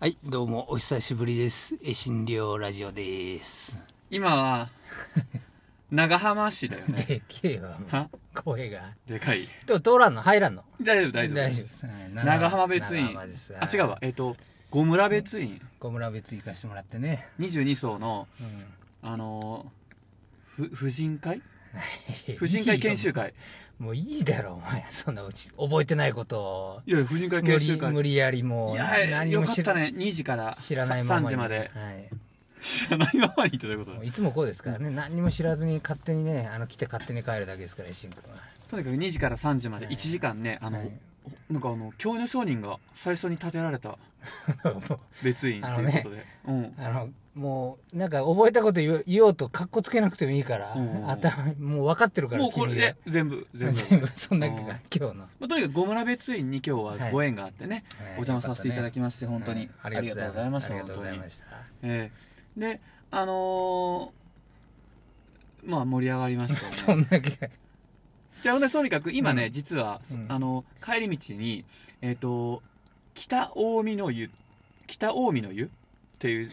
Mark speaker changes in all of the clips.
Speaker 1: はい、どうも、お久しぶりです。え、診療ラジオです。
Speaker 2: 今は長浜市だよね
Speaker 1: でけえわ、
Speaker 2: は
Speaker 1: 声が。
Speaker 2: でかい
Speaker 1: でも通らんの入らんの
Speaker 2: 大丈夫大丈夫
Speaker 1: 大丈夫です。はい
Speaker 2: 長浜別院
Speaker 1: 長浜です
Speaker 2: あ違うわ。えっ、と五村別院
Speaker 1: 小村別院行かしてもらってね。
Speaker 2: 22層の
Speaker 1: うん
Speaker 2: あのーふ婦人会
Speaker 1: いや
Speaker 2: 婦人会研修会
Speaker 1: いいよもう いいだろ、お前。そんなうち、覚えてないことを。
Speaker 2: いや婦人会
Speaker 1: 無
Speaker 2: 研修
Speaker 1: 理、
Speaker 2: 会
Speaker 1: 無理やりもう、
Speaker 2: いや
Speaker 1: 何
Speaker 2: よ
Speaker 1: も
Speaker 2: かっ
Speaker 1: 知
Speaker 2: た
Speaker 1: ら,、
Speaker 2: ね2時から
Speaker 1: 知らないまま
Speaker 2: 3
Speaker 1: に。
Speaker 2: 時まで
Speaker 1: はい。
Speaker 2: 知らないままにってどういうこと
Speaker 1: も
Speaker 2: だ
Speaker 1: ういつもこうですからね。何も知らずに勝手にね、あの、来て勝手に帰るだけですから、え、しんくんは。
Speaker 2: とにかく2時から3時まで
Speaker 1: はい
Speaker 2: 1時間ねあの、
Speaker 1: はい
Speaker 2: おなんかあの教女商人が最初に建てられた
Speaker 1: も う
Speaker 2: 別院ということで、うん
Speaker 1: あのもうなんか覚えたこと言う言おうとかっこつけなくてもいいから、
Speaker 2: うん
Speaker 1: 頭もう分かってるから
Speaker 2: もうこれ
Speaker 1: 君が
Speaker 2: で全部全部
Speaker 1: 全部そんな
Speaker 2: うん
Speaker 1: 今日の、
Speaker 2: まあ、とにかく五村別院に今日はご縁があってね、
Speaker 1: はい
Speaker 2: お邪魔させていただきまして、本当
Speaker 1: う
Speaker 2: に、
Speaker 1: んありがとうございます
Speaker 2: あ
Speaker 1: あり
Speaker 2: りが
Speaker 1: がと
Speaker 2: とう
Speaker 1: うご
Speaker 2: ござ
Speaker 1: ざ
Speaker 2: い
Speaker 1: い
Speaker 2: ま
Speaker 1: ますした
Speaker 2: 本当にええであのーまあ盛り上がりましたよ ね
Speaker 1: そんな気が
Speaker 2: じゃあほんでとにかく今ね、
Speaker 1: うん
Speaker 2: 実は、
Speaker 1: うん
Speaker 2: あの帰り道にえっ、と北近江の湯北近江の湯っていう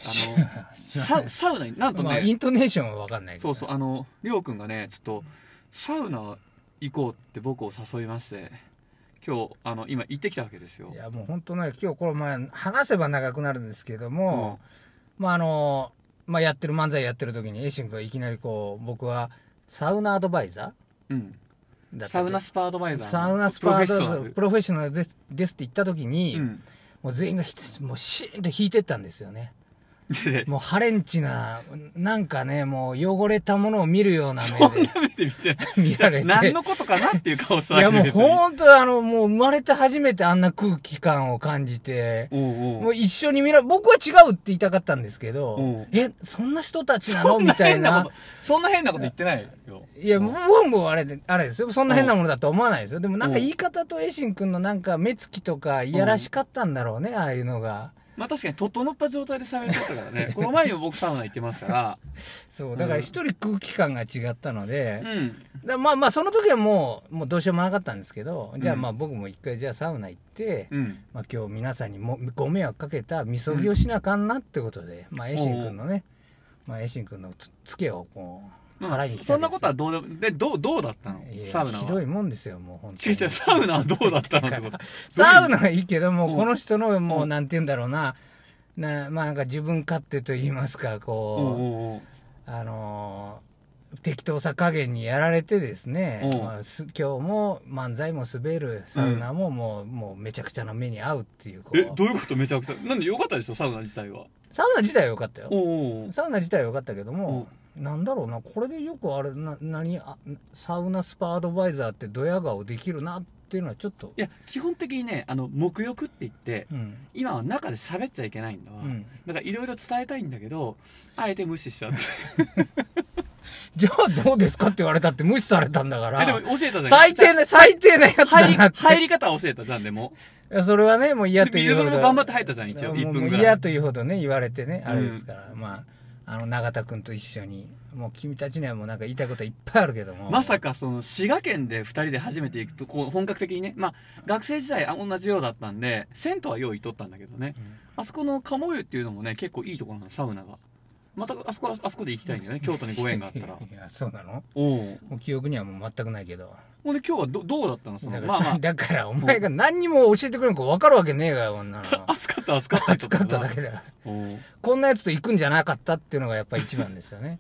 Speaker 2: あのササウナになんとね、
Speaker 1: まあイントネーションは分かんないけ
Speaker 2: そ
Speaker 1: ど
Speaker 2: うそうあのりょうくんがねちょっとサウナ行こうって僕を誘いまして今日あの今行ってきたわけですよ
Speaker 1: いやもう本当ね今日これまあ話せば長くなるんですけど
Speaker 2: うん
Speaker 1: も、まああのまあやってる漫才やってる時にエイシン君がいきなりこう僕はサウナアドバイザ
Speaker 2: うん、
Speaker 1: ーだった
Speaker 2: サウナ
Speaker 1: ス
Speaker 2: スパアドバイザー
Speaker 1: サウナスパー
Speaker 2: プロフェッショナ
Speaker 1: ド
Speaker 2: ル
Speaker 1: プロフェッショナルですですって言った時に、
Speaker 2: うん
Speaker 1: もう全員がひつもうシーンと引いてったんですよね。
Speaker 2: で
Speaker 1: もうハレンチな、なんかね、もう汚れたものを見るような目で
Speaker 2: 見てみて
Speaker 1: 見られて。
Speaker 2: 何のことかなっていう顔し
Speaker 1: い
Speaker 2: た
Speaker 1: や
Speaker 2: わけ
Speaker 1: もう
Speaker 2: ですよ
Speaker 1: 本当あの、もう生まれて初めてあんな空気感を感じて、
Speaker 2: おうお
Speaker 1: も
Speaker 2: う
Speaker 1: う一緒に見ら、僕は違うって言いたかったんですけど
Speaker 2: う、
Speaker 1: え、そんな人たちなの
Speaker 2: そん
Speaker 1: み
Speaker 2: な
Speaker 1: たい
Speaker 2: 変な
Speaker 1: な
Speaker 2: こと。そんな変なこと言ってないよ
Speaker 1: いや、僕もあれで、あれですよ。そんな変なものだと思わないですよ。でもなんか言い方とエイシン君のなんか目つきとか、いやらしかったんだろうね、ああいうのが。
Speaker 2: まあ確かに整った状態で喋っとったか らねこの前にも僕サウナ行ってますから
Speaker 1: そう、だから一人空気感が違ったので、
Speaker 2: うん
Speaker 1: だまあまあその時はもうもうどうしようもなかったんですけどじゃあ
Speaker 2: うん
Speaker 1: まあ僕も一回じゃあサウナ行って、
Speaker 2: うん
Speaker 1: まあ、今日皆さんにもご迷惑かけたみそぎをしなあかんなってことで、まあエイシン君のねまあエイシン君のつつけをこう
Speaker 2: ま
Speaker 1: 払
Speaker 2: あ
Speaker 1: いに来た
Speaker 2: そんなことはどうでもでどうどうだったのサ
Speaker 1: サウ
Speaker 2: ウナ
Speaker 1: ナ
Speaker 2: は
Speaker 1: ひどいもんですよもう本当
Speaker 2: 違う
Speaker 1: に
Speaker 2: 違うサウナはどうだったのって こと
Speaker 1: サウナはいいけども
Speaker 2: うん
Speaker 1: この人のも
Speaker 2: う
Speaker 1: うんなんて言うんだろうななまあなんか自分勝手と言いますか
Speaker 2: おう
Speaker 1: こう、
Speaker 2: おうおう
Speaker 1: あのー適当さ加減にやられてですね、
Speaker 2: うん
Speaker 1: まあ、す今日も漫才も滑るサウナももう,、もうめちゃくちゃな目に遭うっていうこう
Speaker 2: えどういうことめちゃくちゃなんでよかったでしょサウナ自体は
Speaker 1: サウナ自体は良かったよ
Speaker 2: おうおう
Speaker 1: サウナ自体は良かったけども、なんだろうなこれでよくあれな何あサウナスパアドバイザーってドヤ顔できるなっていうのはちょっと
Speaker 2: いや基本的にねあの沐浴って言って
Speaker 1: うん
Speaker 2: 今は中で喋っちゃいけないんだわ、
Speaker 1: うん
Speaker 2: だからいろいろ伝えたいんだけどあえて無視しちゃって
Speaker 1: じゃあどうですかって言われたって無視されたんだか
Speaker 2: えでも
Speaker 1: ら
Speaker 2: 教えたじゃん
Speaker 1: 最低な最低なやつ
Speaker 2: 入
Speaker 1: だ
Speaker 2: り
Speaker 1: なって
Speaker 2: 入り方は教えたじゃんでも
Speaker 1: いやそれはね、もう嫌というほど。
Speaker 2: 自分も頑張って入ったじゃん一応
Speaker 1: もう
Speaker 2: 1分ぐらい
Speaker 1: もう嫌というほどね、言われてね、
Speaker 2: うん
Speaker 1: あれですから、まあ、あの、永田君と一緒に、もう君たちにはもうなんか言いたいこといっぱいあるけども。
Speaker 2: まさかその滋賀県で2人で初めて行くとこう本格的にねまあ学生時代あ同じようだったんで銭湯は用意とったんだけどね
Speaker 1: うん。
Speaker 2: あそこの鴨湯っていうのもね結構いいところなのサウナがまたあそこはあそこで行きたいんだよね京都にご縁があった ら
Speaker 1: いや、そうなの
Speaker 2: おお
Speaker 1: もう記憶にはもう全くないけど。
Speaker 2: ほんで今日はどどうだったのそ
Speaker 1: だ
Speaker 2: の
Speaker 1: から、
Speaker 2: まあま あ
Speaker 1: だからお前が何にも教えてくれんか分かるわけねえがよ、 女の子。
Speaker 2: 暑かった暑かった
Speaker 1: 暑かっただけだ。
Speaker 2: おー
Speaker 1: こんなやつと行くんじゃなかったっていうのがやっぱ一番ですよ ね。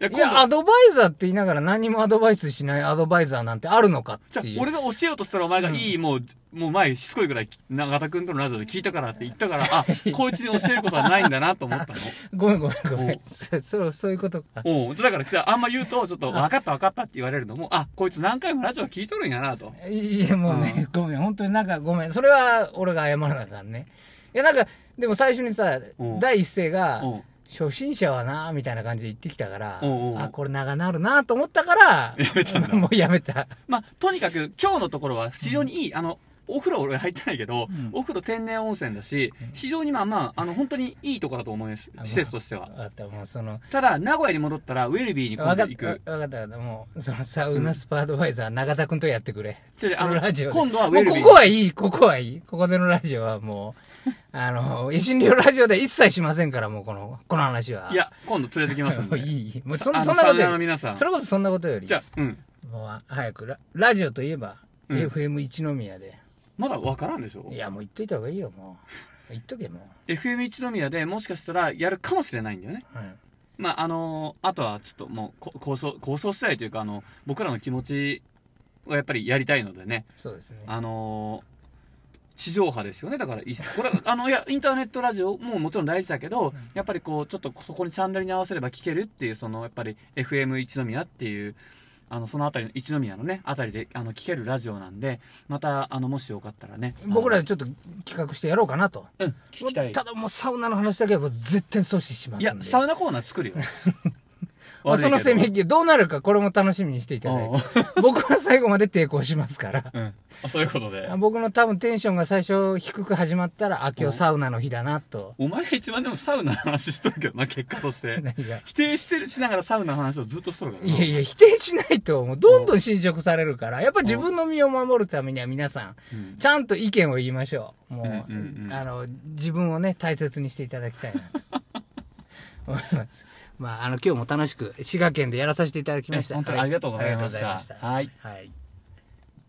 Speaker 2: いや
Speaker 1: い
Speaker 2: 今度
Speaker 1: や、アドバイザーって言いながら何にもアドバイスしないアドバイザーなんてあるのか
Speaker 2: じ
Speaker 1: っ
Speaker 2: ゃあ
Speaker 1: ていう。
Speaker 2: 俺が教えようとしたらお前が
Speaker 1: うん
Speaker 2: いい、もうもう前しつこいぐらい永田君とのラジオで聞い たからって言ったからあこいつに教えることはないんだなと思ったの
Speaker 1: ごめんごめんごめ
Speaker 2: お
Speaker 1: ん。そ そうそういうことか。
Speaker 2: おうだからじゃああんま言うとちょっと分かった分かったって言われるのもあこいつ何回もラジオ聞いとるんやなと
Speaker 1: いや、もうね、ごめん、本当になんかごめん。それは俺が謝らなあかんね。いや、なんか、でも最初にさ
Speaker 2: うん、
Speaker 1: 第一声が、
Speaker 2: おう
Speaker 1: 初心者はな、みたいな感じで言ってきたから
Speaker 2: うんうんう、ん
Speaker 1: あ、これ長なるなと思ったから、
Speaker 2: やめたんだ
Speaker 1: もうやめた。
Speaker 2: まあとにかく今日のところは非常にいい、あのお風呂俺入ってないけど、
Speaker 1: うん
Speaker 2: お風呂天然温泉だし非常にまあまああの本当にいいとこだと思います
Speaker 1: あ
Speaker 2: 施設としては
Speaker 1: あった、もうその、
Speaker 2: ただ名古屋に戻ったらウェルビーに今
Speaker 1: わ
Speaker 2: 度
Speaker 1: かっ
Speaker 2: 行
Speaker 1: た、わ
Speaker 2: く
Speaker 1: かった、もう、そのサウナスパードバイザー、永田くんとやってくれ。
Speaker 2: 違う違うあの
Speaker 1: そのラジオで。
Speaker 2: 今度はウ
Speaker 1: も
Speaker 2: ェ
Speaker 1: う
Speaker 2: ル
Speaker 1: こ
Speaker 2: ビー
Speaker 1: こはいい、ここはいい。ここでのラジオはもう、あ の、維新流ラジオで一切しませんから、もうこの、この話は。
Speaker 2: い、や、今度連れてきますん
Speaker 1: もう
Speaker 2: で。
Speaker 1: いい。もうそ
Speaker 2: あ
Speaker 1: ん
Speaker 2: の
Speaker 1: そんなこと
Speaker 2: サウナー
Speaker 1: よ
Speaker 2: の
Speaker 1: り、
Speaker 2: 皆さん。
Speaker 1: それこそそんなことより、
Speaker 2: じゃあ、うん。
Speaker 1: もうあ早くラ、ラジオといえば、
Speaker 2: うん
Speaker 1: FM 一宮で。
Speaker 2: まだわからんでしょ
Speaker 1: いや、もう言っといた方がいいよ、もう。言っとけ、も
Speaker 2: ?FM 一宮でもしかしたらやるかもしれないんだよね。
Speaker 1: う。うん。
Speaker 2: まあ、あのーあとはちょっともうこ、交渉、交渉したいというか、あの、僕らの気持ちをやっぱりやりたいのでね。
Speaker 1: そうですね。
Speaker 2: あのー地上波ですよね。だから、いこ れ、あの、いや、インターネットラジオももちろん大事だけど、やっぱりこう、ちょっとそこにチャンネルに合わせれば聞けるっていう、その、やっぱり FM 一宮っていう、あの、そのあたりの、一宮のね、あたりで、あの、聞けるラジオなんで、また、あの、もしよかったらね。
Speaker 1: 僕ら
Speaker 2: あ
Speaker 1: でちょっと企画してやろうかなと。
Speaker 2: の、うん、聞きたい。
Speaker 1: ただもうサウナの話だけはもう絶対に阻止しますん
Speaker 2: い
Speaker 1: で。
Speaker 2: や、サウナコーナ ー作るよ。
Speaker 1: まあそのせめ
Speaker 2: ぎ
Speaker 1: ぎ、どうなるかこれも楽しみにしていただいて。 僕は最後まで抵抗しますから。
Speaker 2: うん。あそういうことで。
Speaker 1: 僕の多分テンションが最初低く始まったら、あ、今
Speaker 2: うん
Speaker 1: 日サウナの日だなと。
Speaker 2: お前が一番でもサウナの話しとるけどな、結果として。
Speaker 1: 何が。
Speaker 2: 否定してるしながらサウナの話をずっとしとるからない
Speaker 1: やいや、否定しないと、もうどんどん侵食されるから、やっぱ自分の身を守るためには皆さ
Speaker 2: うん
Speaker 1: ん、ちゃんと意見を言いましょう。もう、
Speaker 2: うんうんうん
Speaker 1: あの、自分をね、大切にしていただきたいなと。思います。 まあ、あの、今日も楽しく、滋賀県でやらさせていただきました。
Speaker 2: え本当にありがとうございました
Speaker 1: はありがとうございました
Speaker 2: はい
Speaker 1: はい